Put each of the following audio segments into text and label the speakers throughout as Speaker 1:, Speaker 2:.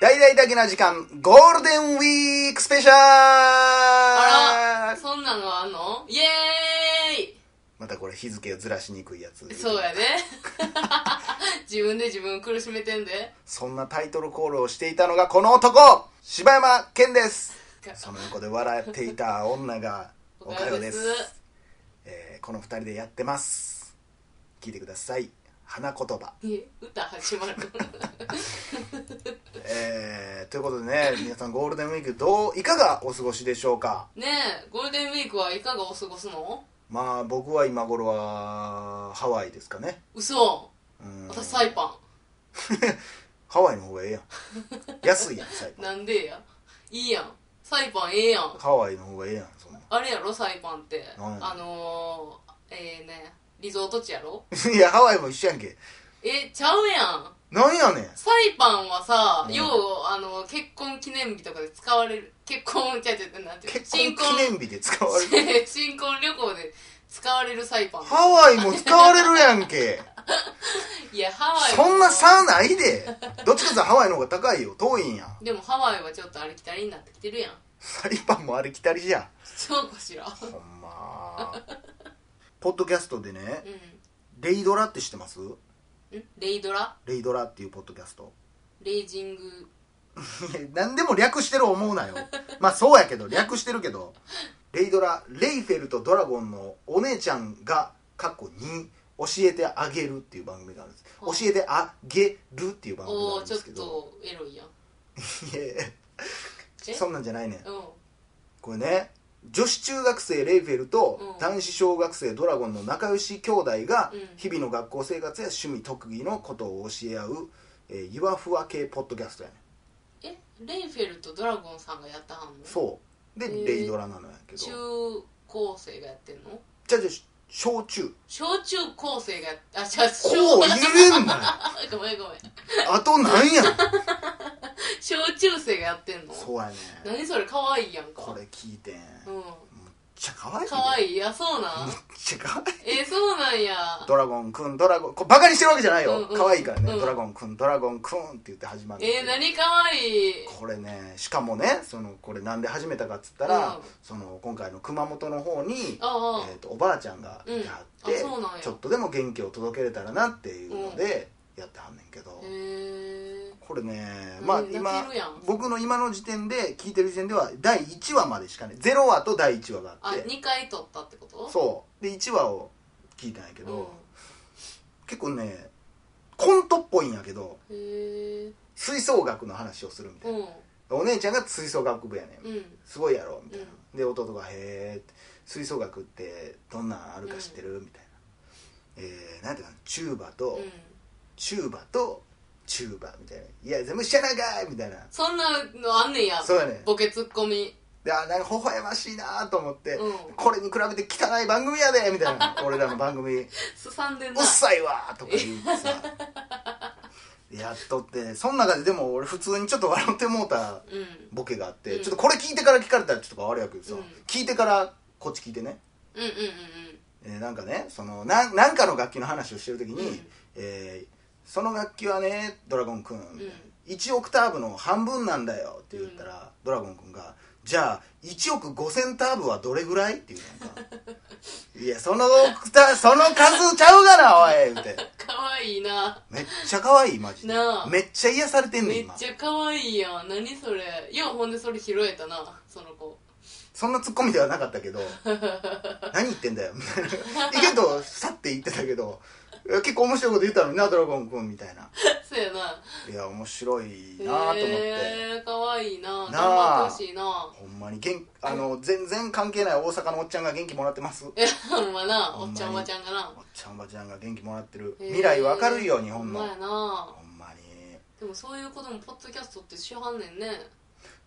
Speaker 1: 大々だけな時間、ゴールデンウィークスペシャ
Speaker 2: あら
Speaker 1: ル
Speaker 2: そんなのあんのイエ
Speaker 1: またこれ日付をずらしにくいやつ
Speaker 2: ーイ。そうやね 自分で自分苦しめてんで
Speaker 1: そんなタイトルコールをしていたのがこの男柴山健ですその横で笑っていた女 がおかよです
Speaker 2: おかよです
Speaker 1: えーこの二人でやってます聞いてください花言葉、
Speaker 2: いえ歌始まる
Speaker 1: えーということでね皆さんゴールデンウィークどういかがお過ごしでしょうか
Speaker 2: ねえゴールデンウィークはいかがお過ごすの
Speaker 1: まあ僕は今頃はハワイですかね
Speaker 2: 嘘
Speaker 1: うん
Speaker 2: 私サイパ
Speaker 1: ハワイの方がええやん安いやんサイ
Speaker 2: ン
Speaker 1: パン
Speaker 2: なんでやいいやんサイパンええやん
Speaker 1: ハワイの方がええやんそんな
Speaker 2: あれやろサイパンって
Speaker 1: 何
Speaker 2: あのー、えー、ねリゾート地やろ
Speaker 1: いやハワイも一緒やんけ
Speaker 2: えちゃうやん
Speaker 1: なんやねん
Speaker 2: サイパンはさ、
Speaker 1: うん
Speaker 2: ようあの結婚記念日とかで使われる結婚ちゃうちゃうなんていうの
Speaker 1: 結婚記念日で使われる
Speaker 2: 新婚 新婚旅行で使われるサイパン
Speaker 1: ハワイも使われるやんけ
Speaker 2: いやハワイも
Speaker 1: そんな差ないでどっちかっていうとハワイの方が高いよ遠いんや
Speaker 2: でもハワイはちょっとありきたりになってきてるやん
Speaker 1: サイパンもありきたりじゃ
Speaker 2: そうかしら
Speaker 1: ほんまポッドキャストでね
Speaker 2: う
Speaker 1: レイドラって知ってます
Speaker 2: んんレイドラ
Speaker 1: レイドラっていうポッドキャスト
Speaker 2: レイジング
Speaker 1: いや何でも略してる思うなよまあそうやけど略してるけどレイドラレイフェルとドラゴンのお姉ちゃんが過去に教えてあげるっていう番組があるんです教えてあげるっていう番組があ
Speaker 2: お
Speaker 1: る
Speaker 2: お
Speaker 1: ん
Speaker 2: ち
Speaker 1: で
Speaker 2: ょっ
Speaker 1: すけど
Speaker 2: とエロいやん
Speaker 1: いやいや
Speaker 2: え
Speaker 1: そんなんじゃないねん
Speaker 2: うん
Speaker 1: これね女子中学生レイフェルと
Speaker 2: うん
Speaker 1: 男子小学生ドラゴンの仲良し兄弟が
Speaker 2: うん
Speaker 1: 日々の学校生活や趣味特技のことを教え合う、えー、岩ふわ系ポッドキャストやね
Speaker 2: えレイフェルとドラゴンさんがやったはんの
Speaker 1: そうで、
Speaker 2: えー
Speaker 1: レイドラなのやけど
Speaker 2: 中高生がやってんの
Speaker 1: じゃあじゃあ小中
Speaker 2: 小中高生がやっあじゃあ小
Speaker 1: こう入れんなよ
Speaker 2: ごめんごめん
Speaker 1: あとなんや
Speaker 2: 小中生がやってんの
Speaker 1: そうやね
Speaker 2: 何それ可愛いやんか
Speaker 1: これ聞いてんめっ
Speaker 2: うん
Speaker 1: ちゃ可愛い
Speaker 2: 可
Speaker 1: い
Speaker 2: 愛いいやそうなん
Speaker 1: めっちゃ可愛い
Speaker 2: えそうなんや
Speaker 1: ドラゴンくんドラゴンこれバカにしてるわけじゃないよ、
Speaker 2: うんうん
Speaker 1: 可愛いからね、
Speaker 2: うん
Speaker 1: ドラゴンくんドラゴンくんって言って始まるんです
Speaker 2: え
Speaker 1: けど
Speaker 2: 何可愛い
Speaker 1: これねしかもねそのこれなんで始めたかっつったら、
Speaker 2: うん
Speaker 1: その今回の熊本の方に、
Speaker 2: ああ
Speaker 1: えー、とおばあちゃんがいてはって、
Speaker 2: うんあそうなんや
Speaker 1: ちょっとでも元気を届けれたらなっていうのでやってはんねんけど、
Speaker 2: へえ
Speaker 1: これね
Speaker 2: うん
Speaker 1: まあ
Speaker 2: 泣ける
Speaker 1: 今
Speaker 2: やん
Speaker 1: 僕の今の時点で聞いてる時点では第1話までしかね0話と第1話があ
Speaker 2: あ
Speaker 1: って
Speaker 2: 二回撮ったってこと
Speaker 1: そうで1話を聞いたんやけ
Speaker 2: う
Speaker 1: ど、
Speaker 2: ん
Speaker 1: 結構ねコントっぽいんやけど
Speaker 2: へえ
Speaker 1: 吹奏楽の話をするみた
Speaker 2: う
Speaker 1: いな、
Speaker 2: ん
Speaker 1: お姉ちゃんが吹奏楽部やねん
Speaker 2: うん
Speaker 1: すごいやろみたいな、
Speaker 2: う
Speaker 1: で弟が「へえって吹奏楽ってどんなんあるか知ってる?」みたいな「えー、なんていうかなチューバと、
Speaker 2: うん
Speaker 1: チューバとチューバ」みたいな「いや全部知らないかい!」みたいな
Speaker 2: そんなのあんねんや
Speaker 1: そうやねん
Speaker 2: ボケツッコミ
Speaker 1: であなんか微笑ましいなと思って、
Speaker 2: うん
Speaker 1: これに比べて汚い番組やでみたい な俺らの番組「うっ
Speaker 2: すさんでんな
Speaker 1: さいわ!」とか言うてさやっとってそんな感じでも俺普通にちょっと笑ってもうた
Speaker 2: うん
Speaker 1: ボケがあって、
Speaker 2: うん
Speaker 1: ちょっとこれ聞いてから聞かれたらちょっとあれやけどさ、
Speaker 2: うん
Speaker 1: 聞いてからこっち聞いてね
Speaker 2: うんうんうん
Speaker 1: えーなんかねそのなんなんかの楽器の話をしてる時に、
Speaker 2: うん
Speaker 1: えーその楽器はねドラゴンくん、
Speaker 2: ん
Speaker 1: 1オクターブの半分なんだよって言ったら、ドラゴンくんが「じゃあ1億5000ターブはどれぐらい?」って言うなん か「いやそのオクタその数ちゃうがなおい」みたいな
Speaker 2: 可愛いな
Speaker 1: めっちゃ可愛いマジで
Speaker 2: なあ
Speaker 1: めっちゃ癒されてんねん
Speaker 2: めっ
Speaker 1: 今
Speaker 2: ちゃ可愛いやん何それようほんでそれ拾えたなその子
Speaker 1: そんなツッコミではなかった けど何言ってんだよみたいな意外とさって言ってたけど結構面白いこと言ったのになドラゴンくんみたいな
Speaker 2: そうやない
Speaker 1: や面白いなと思って、
Speaker 2: へえ可愛いな頑
Speaker 1: あ
Speaker 2: 張ってほしいな
Speaker 1: ほんまに元あの全然関係ない大阪のおっちゃんが元気もらってますおっ
Speaker 2: えほんまな
Speaker 1: ほ
Speaker 2: お
Speaker 1: んまに
Speaker 2: っちゃんおばちゃんがな
Speaker 1: ちゃんおばちゃんが元気もらってる
Speaker 2: へえ
Speaker 1: 未来わかるよ日本の
Speaker 2: ほ
Speaker 1: ほ
Speaker 2: んまやなん
Speaker 1: まに
Speaker 2: でもそういうこともポッドキャストってしはんねんね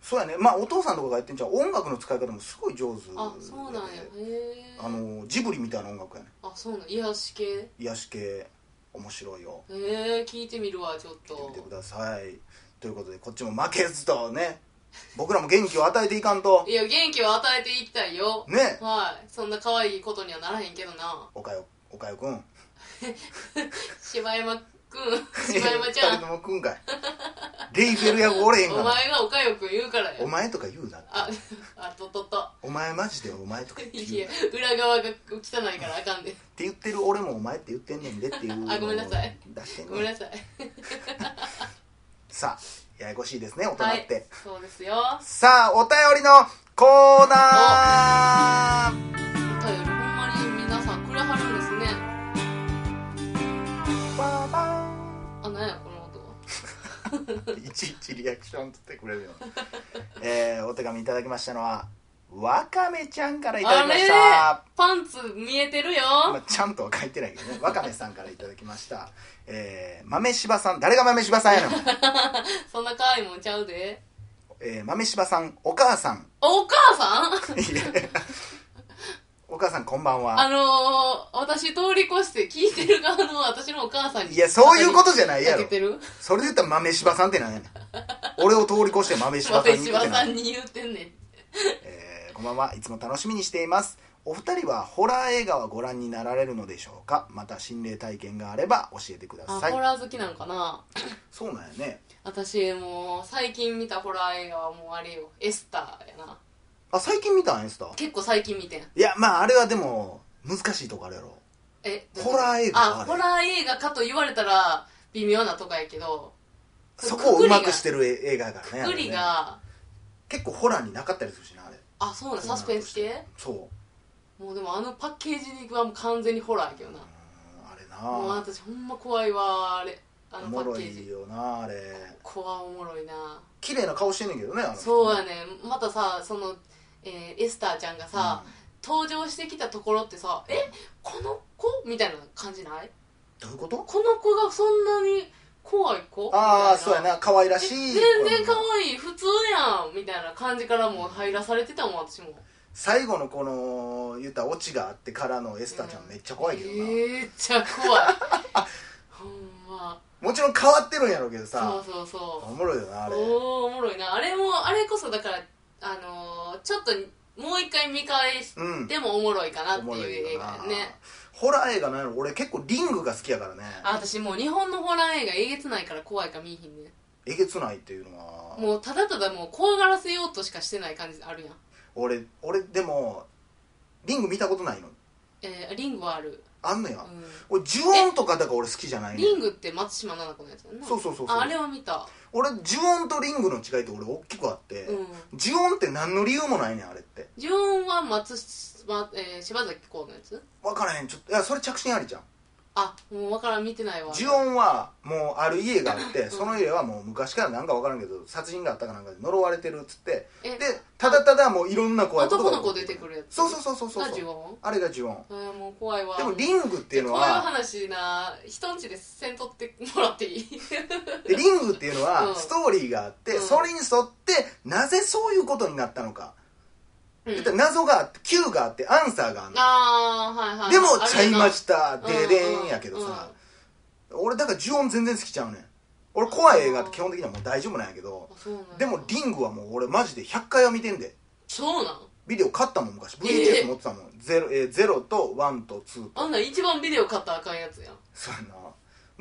Speaker 1: そうやねまあお父さんとかがやってんじゃう音楽の使い方もすごい上手
Speaker 2: あそうなんやへえ
Speaker 1: あのジブリみたいな音楽やね
Speaker 2: あそうなん癒し系へ
Speaker 1: 癒し系面白いよ
Speaker 2: え聞いてみるわちょっ
Speaker 1: 聞い
Speaker 2: と
Speaker 1: てみてくださいということでこっちも負けずとね僕らも元気を与えていかんと
Speaker 2: いや元気を与えていきたいよ
Speaker 1: ね
Speaker 2: はいそん な可愛いことにはならへんけどな
Speaker 1: おかよおかよくん
Speaker 2: 柴山くん柴山ちゃ
Speaker 1: 2人
Speaker 2: ん
Speaker 1: ともくんかいレイフェル役おれへんか
Speaker 2: お
Speaker 1: ら
Speaker 2: 前がおかよくん言うから
Speaker 1: お
Speaker 2: や
Speaker 1: 前とか言うな
Speaker 2: ああとっとっと
Speaker 1: お前マジでお前とか言って
Speaker 2: い
Speaker 1: 言う
Speaker 2: や
Speaker 1: なっ
Speaker 2: 裏側が汚いからあかんで
Speaker 1: て言ってる俺もお前って言ってんねんでっていう
Speaker 2: あごめんなさい
Speaker 1: 出してん
Speaker 2: ごめん
Speaker 1: ねん
Speaker 2: なさい
Speaker 1: さあややこしいですね大人
Speaker 2: は
Speaker 1: っ
Speaker 2: い
Speaker 1: て、
Speaker 2: そうですよ
Speaker 1: さあお便りのコーナー
Speaker 2: お便りほんまに皆さんくれはるんですね
Speaker 1: ババ
Speaker 2: あなんやこの音は
Speaker 1: ーンいちいちリアクション取ってくれるよ、えー、お手紙いただきましたのはわかめちゃんからいただ
Speaker 2: あ
Speaker 1: きま
Speaker 2: れ
Speaker 1: した
Speaker 2: パンツ見えてるよ
Speaker 1: まあ、ちゃんとは書いてないけどねわかめさんからいただきました、えー、豆柴さん誰が豆柴さんやの、
Speaker 2: そんな可愛いもんちゃうで
Speaker 1: えー、豆柴さんお母さん
Speaker 2: お母さん
Speaker 1: いえお母さんこんばんは
Speaker 2: あのー、私通り越して聞いてる側の私のお母さんに
Speaker 1: いやそういうことじゃないや
Speaker 2: か
Speaker 1: ろ
Speaker 2: けてる
Speaker 1: それで言ったら豆柴さんって何やねん俺を通り越して豆柴さん
Speaker 2: 豆
Speaker 1: に言
Speaker 2: 柴
Speaker 1: ってな
Speaker 2: さ
Speaker 1: い
Speaker 2: んに言ってんねん
Speaker 1: えーこんばんはいつも楽しみにしていますお二人はホラー映画はご覧になられるのでしょうかまた心霊体験があれば教えてくだ
Speaker 2: あ
Speaker 1: さい
Speaker 2: ホラー好きなんかな
Speaker 1: そうなんやね
Speaker 2: 私もう最近見たホラー映画はもうあれよエスターやな
Speaker 1: あ最近見たんエスター
Speaker 2: 結構最近見てん
Speaker 1: いやまああれはでも難しいとこあるやろ
Speaker 2: え
Speaker 1: ホラー映画
Speaker 2: あ
Speaker 1: あれ
Speaker 2: ホラー映画かと言われたら微妙なとかやけど
Speaker 1: そこをうまくしてる映画やからね
Speaker 2: くくり
Speaker 1: あれね
Speaker 2: が
Speaker 1: 結構ホラーになかったりするしなあれ
Speaker 2: あそうなのサスペンス系
Speaker 1: そう
Speaker 2: もうでもあのパッケージ肉はもう完全にホラーやけどな
Speaker 1: うんあれ
Speaker 2: もう
Speaker 1: な
Speaker 2: 私ほんま怖いわあれあ
Speaker 1: お
Speaker 2: のパ
Speaker 1: も
Speaker 2: ッ
Speaker 1: ろ
Speaker 2: ケー
Speaker 1: い
Speaker 2: ジ
Speaker 1: よなあれ
Speaker 2: 怖おもろいな
Speaker 1: 綺麗な顔してんねんけどねあの人
Speaker 2: そうやねまたさその、えーエスターちゃんがさ、
Speaker 1: うん
Speaker 2: 登場してきたところってさ「えこの子?」みたいな感じない
Speaker 1: どういうこと
Speaker 2: この子がそんなに怖い子
Speaker 1: ああ
Speaker 2: みたい
Speaker 1: そうやな可愛ら
Speaker 2: え
Speaker 1: しい
Speaker 2: 全然可愛い普通やんみたいな感じからもう入らされてたもん私も
Speaker 1: 最後のこの言ったらオチがあってからのエスターちゃんめっちゃ怖いけどな、
Speaker 2: めっちゃ怖 いほんま
Speaker 1: もちろん変わってるんやろうけど
Speaker 2: そ
Speaker 1: さ
Speaker 2: うそうそう
Speaker 1: おもろいよなあれ
Speaker 2: おーおもろいなあれもあれこそだからあのーちょっともう一回見返し
Speaker 1: うん
Speaker 2: てもおもろいかなっ
Speaker 1: お
Speaker 2: て
Speaker 1: もろ
Speaker 2: いう
Speaker 1: い
Speaker 2: 映
Speaker 1: よ
Speaker 2: 画
Speaker 1: な
Speaker 2: やね
Speaker 1: ホラー映画なんやろ俺結構リングが好きやからね
Speaker 2: あ私もう日本のホラー映画えげつないから怖いか見えひんね
Speaker 1: えげつないっていうのは
Speaker 2: もうただただもう怖がらせようとしかしてない感じあるやん
Speaker 1: 俺俺でもリング見たことないの
Speaker 2: えーリングはある、
Speaker 1: あんのや、
Speaker 2: う
Speaker 1: 俺呪音とかだから俺好きじゃない
Speaker 2: ん、
Speaker 1: の
Speaker 2: リングって松島菜々子のやつやんな
Speaker 1: そうそうそうそう
Speaker 2: ああれは見た
Speaker 1: 俺呪音とリングの違いって俺大きくあって、
Speaker 2: うん
Speaker 1: 呪音って何の理由もないねんあれって
Speaker 2: ジューンは松島、えー、柴咲コウのやつ
Speaker 1: 分からへんちょっといやそれ着信ありじゃん
Speaker 2: あもう分からん見てないわ
Speaker 1: 呪音はもうある家があってその家はもう昔からなんか分からんけど殺人があったかなんかで呪われてるっつって
Speaker 2: え
Speaker 1: でただただもういろんな怖いことが
Speaker 2: 男の子出てくるやつ
Speaker 1: そうそうそうそうそう
Speaker 2: がジュオン
Speaker 1: あれが呪音
Speaker 2: えー、もう怖いわ
Speaker 1: でもリングっていうの
Speaker 2: 怖い
Speaker 1: は
Speaker 2: 話な人んちでせんとってもらって いい
Speaker 1: でリングっていうの
Speaker 2: う
Speaker 1: は
Speaker 2: ん
Speaker 1: ストーリーがあって、
Speaker 2: うん
Speaker 1: それに沿ってなぜそういうことになったのか、
Speaker 2: うん
Speaker 1: 言ったら謎があって Q があってアンサーがあるの
Speaker 2: ああはいはい
Speaker 1: でも「
Speaker 2: あ
Speaker 1: ちゃ
Speaker 2: れ
Speaker 1: い
Speaker 2: な
Speaker 1: ました
Speaker 2: うんう
Speaker 1: で
Speaker 2: ん
Speaker 1: れん」やけどさ、俺だから呪音全然好きちゃうねん俺怖い映画って基本的にはもう大丈夫なんやけど
Speaker 2: あそうなんや
Speaker 1: でもリングはもう俺マジで100回は見てんで
Speaker 2: そうなん
Speaker 1: ビデオ買ったもん昔
Speaker 2: え
Speaker 1: VHS 持ってたもん、ゼロえー、ゼロと1と2
Speaker 2: あんなん一番ビデオ買ったらあかんやつやん
Speaker 1: そうやなも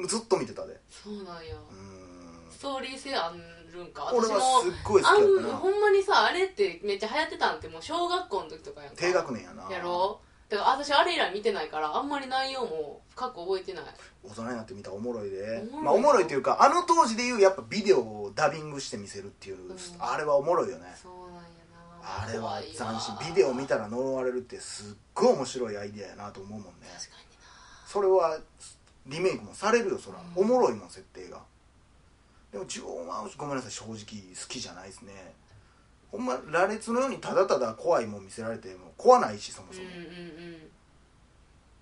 Speaker 1: うずっと見てたで
Speaker 2: そうなんや、
Speaker 1: うーん
Speaker 2: ストーリー性あるんか
Speaker 1: 俺は
Speaker 2: 私
Speaker 1: す
Speaker 2: も
Speaker 1: っごい好
Speaker 2: あ
Speaker 1: きや
Speaker 2: ん
Speaker 1: った
Speaker 2: ほ
Speaker 1: なん
Speaker 2: まにさあれってめっちゃ流行ってたんってもう小学校の時とかやんか
Speaker 1: 低学年やな
Speaker 2: やろだから私あれ以来見てないからあんまり内容も深く覚えてない
Speaker 1: 大人になって見たらおもろいで
Speaker 2: おもろい
Speaker 1: まあ、おもろいというかあの当時でいうやっぱビデオをダビングして見せるっていう、
Speaker 2: ん
Speaker 1: あれはおもろいよね
Speaker 2: そうなんやな
Speaker 1: あれは斬新ビ
Speaker 2: 怖い
Speaker 1: デオ
Speaker 2: わ
Speaker 1: 見たら呪われるってすっごい面白いアイデアやなと思うもんね
Speaker 2: 確かにな
Speaker 1: それはリメイクもされるよそら、
Speaker 2: うん
Speaker 1: おもろいもん設定がでも呪音はごめんなさい正直好きじゃないですねほんま羅列のようにただただ怖いもん見せられても怖ないしそもそも、
Speaker 2: うんうんうん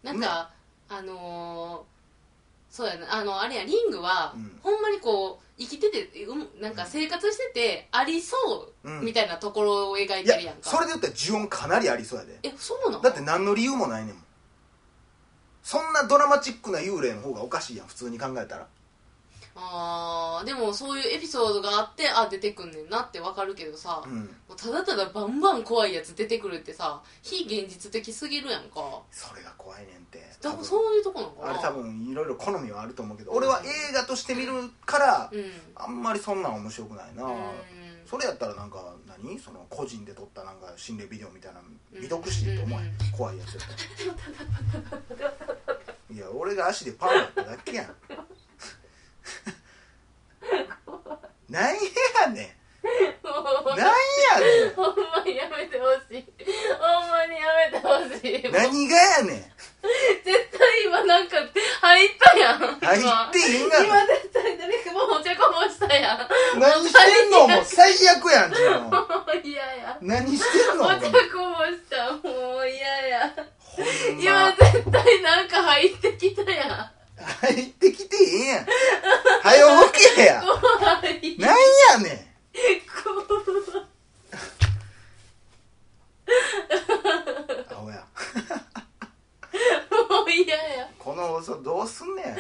Speaker 2: なんか、あのーそうやなあのあれやリングは、
Speaker 1: うん
Speaker 2: ほんまにこう生きててうんなんか生活しててありそう、
Speaker 1: うん
Speaker 2: みたいなところを描いて
Speaker 1: いや
Speaker 2: るやんか
Speaker 1: それで言ったら呪音かなりありそうやで
Speaker 2: えそうなの
Speaker 1: だって何の理由もないねんもんそんなドラマチックな幽霊の方がおかしいやん普通に考えたら
Speaker 2: あーでもそういうエピソードがあってあ出てくんねんなってわかるけどさ、
Speaker 1: う
Speaker 2: も
Speaker 1: ん
Speaker 2: うただただバンバン怖いやつ出てくるってさ非現実的すぎるやんか
Speaker 1: それが怖いねんって
Speaker 2: だ
Speaker 1: 多分
Speaker 2: そういうとこなのかな
Speaker 1: あれ多分いろいろ好みはあると思うけど俺は映画として見るから
Speaker 2: うん
Speaker 1: あんまりそんなん面白くないな
Speaker 2: うん
Speaker 1: それやったらなんか何その個人で撮ったなんか心霊ビデオみたいなの未読してと思え
Speaker 2: うんうん
Speaker 1: 怖いやつや ったらいや俺が足でパンだっただけやんなんやねんなんやね
Speaker 2: ほんまにやめてほしいほんまにやめてほしい
Speaker 1: ん何がやねん
Speaker 2: 絶対今なんか入ったやん
Speaker 1: 入ってへんが
Speaker 2: 今絶対誰かもお茶こぼしたやん
Speaker 1: 何してんのもう最悪やん自分
Speaker 2: もう嫌や
Speaker 1: 何してん
Speaker 2: お
Speaker 1: の
Speaker 2: 茶こぼしたもう嫌や
Speaker 1: ほん
Speaker 2: 今
Speaker 1: ま
Speaker 2: 絶対なんか入ってきたやん
Speaker 1: 入ってきてええやんはよ起けや
Speaker 2: 怖い
Speaker 1: なんやねん
Speaker 2: 怖い
Speaker 1: アホや
Speaker 2: もう嫌や
Speaker 1: この放送どうすんねん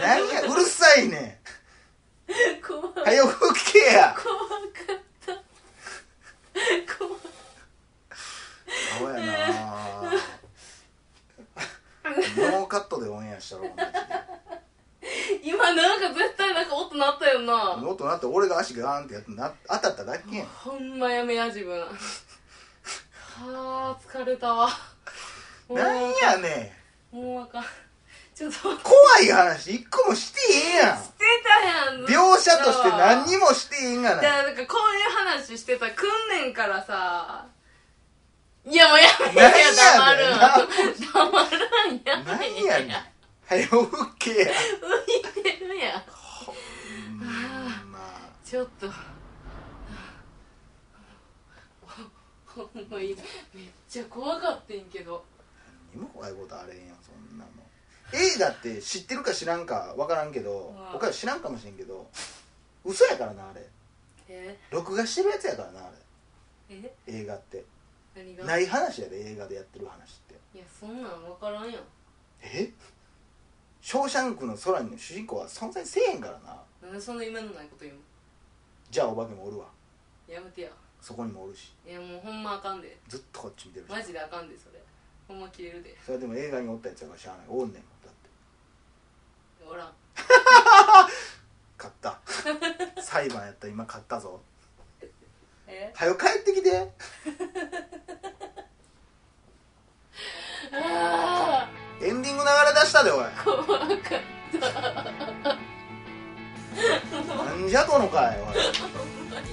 Speaker 1: 何やうるさいね
Speaker 2: 怖い
Speaker 1: んはよ吹けや
Speaker 2: 怖かった怖い
Speaker 1: アホやなノーカットでオンエアしたろマ
Speaker 2: 今なんか絶対なんか音鳴ったよ
Speaker 1: ジで
Speaker 2: な
Speaker 1: ノートなって俺が足ガーンってやってな当たっただけやん
Speaker 2: ほんまやめや自分はあ疲れたわもう
Speaker 1: なんやねん
Speaker 2: もうあかんちょっと待って
Speaker 1: 怖い話一個もしてええやん
Speaker 2: 出たやんず
Speaker 1: 描
Speaker 2: っと
Speaker 1: 写として何にもしてええんが
Speaker 2: い
Speaker 1: な
Speaker 2: やなんかこういう話してたら訓練からさいやもうやめてよ
Speaker 1: 何やねん
Speaker 2: 黙るん黙るんや
Speaker 1: い何やねんはよ吹けや
Speaker 2: 浮いてるやん
Speaker 1: うんまあ
Speaker 2: ちょっとほんまにめっちゃ怖かってんけど
Speaker 1: 何も怖いことあれへんやんそんなもん映画って知ってるか知らんか分からんけど
Speaker 2: うん
Speaker 1: 僕は知らんかもしれんけど嘘やからなあれ
Speaker 2: え
Speaker 1: 録画してるやつやからなあ
Speaker 2: え
Speaker 1: れ映画って
Speaker 2: 何が
Speaker 1: ないい話やで映画でやってる話って
Speaker 2: やそんなん分からんやん
Speaker 1: え「ショーシャンクの空に」の主人公は存在せえへんからな
Speaker 2: なんでそんな夢のないこと言うの
Speaker 1: じゃあお化けもおるわ
Speaker 2: やめてや
Speaker 1: そこにもおるし
Speaker 2: いやもうほんまあかんで
Speaker 1: ずっとこっち見てるし
Speaker 2: マジであかんでそれほんま切れるで
Speaker 1: それでも映画におったやつやからしゃあないおんねんもんだって
Speaker 2: おらん
Speaker 1: 買った 裁判やった今買ったぞ
Speaker 2: え
Speaker 1: はよ帰ってきて
Speaker 2: あ
Speaker 1: エンディング流れ出したでおい
Speaker 2: あ怖かった
Speaker 1: なんじゃこの会おい
Speaker 2: い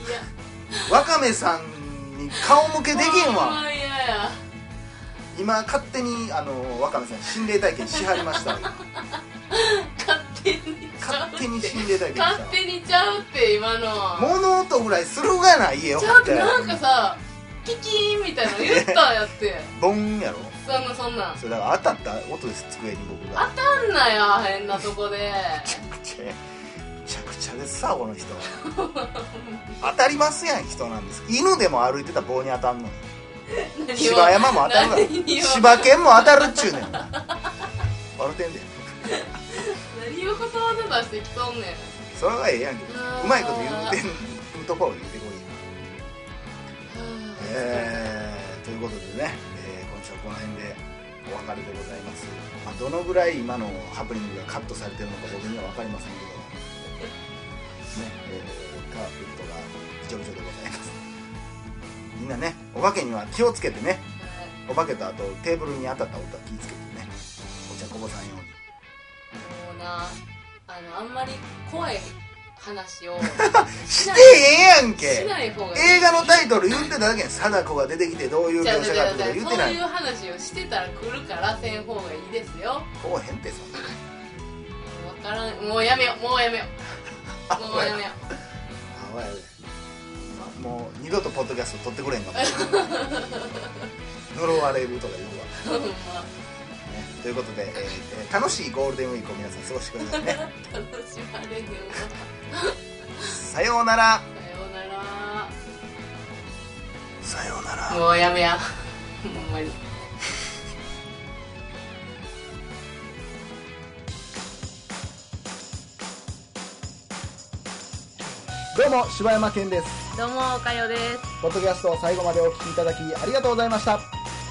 Speaker 2: や
Speaker 1: わかめさんに顔向けできんわ
Speaker 2: あーいやいや
Speaker 1: 今勝手にあのわかめさん心霊体験しはりました今
Speaker 2: 勝手にちゃう
Speaker 1: 勝手に
Speaker 2: って
Speaker 1: 心霊体験
Speaker 2: 勝
Speaker 1: し
Speaker 2: 手にちゃうって今の
Speaker 1: た物音ぐらいするがないよ
Speaker 2: ちゃうってなんかさキキーンみたいなの言ったやって
Speaker 1: ボンやろ
Speaker 2: そんなそんなん
Speaker 1: それだから当たった音です机に僕が
Speaker 2: あんなや変なとこで
Speaker 1: めちゃくちゃめちゃくちゃですさこの人当たりますやん人なんです犬でも歩いてたら棒に当たんの
Speaker 2: 何を
Speaker 1: 芝山も当たるわ
Speaker 2: 何を
Speaker 1: 柴犬も当たるっちゅうねんな笑てんで
Speaker 2: 何をことわざ出してきとんねん
Speaker 1: それはええやんけど
Speaker 2: あー
Speaker 1: うまいこと言うてんところ言うてこいよえーということでね、えー今週はこの辺でお別れでございます、まあ、どのぐらい今のハプニングがカットされてるのか僕には分かりませんけどねえーカーペットがびちょびちょでございますみんなねお化けには気をつけてねお化けとあとテーブルに当たった音は気をつけてねお茶こぼさんように
Speaker 2: もうなあのあんまり怖い話 を
Speaker 1: し
Speaker 2: してない
Speaker 1: ええやんけ
Speaker 2: しない方がいい
Speaker 1: 映画のタイトル言ってただけやん貞子が出てきてどういう
Speaker 2: じゃあ
Speaker 1: 描
Speaker 2: じ
Speaker 1: 写
Speaker 2: ゃ
Speaker 1: があっ
Speaker 2: あ
Speaker 1: た
Speaker 2: じ
Speaker 1: とか言っ
Speaker 2: ゃあ
Speaker 1: てな
Speaker 2: そう
Speaker 1: い
Speaker 2: いう話をしてたら来るからせん方がいいですよ
Speaker 1: こうへんてそんな
Speaker 2: 分からんもうやめようもうやめようもうやめよう
Speaker 1: あわやべまもう二度とポッドキャスト撮ってくれんか も呪われるとか言うわ、ね、
Speaker 2: ほんま
Speaker 1: ということで、えーえー楽しいゴールデンウィークを皆さん過ごしてくださいね
Speaker 2: 楽しまれへんわ
Speaker 1: さようなら
Speaker 2: さよ
Speaker 1: さよ
Speaker 2: うな
Speaker 1: うなら
Speaker 2: らもうやめやほんまに
Speaker 1: どうも柴山健です
Speaker 2: どうもおかよです
Speaker 1: ポッドキャストを最後までお聞きいただきありがとうございました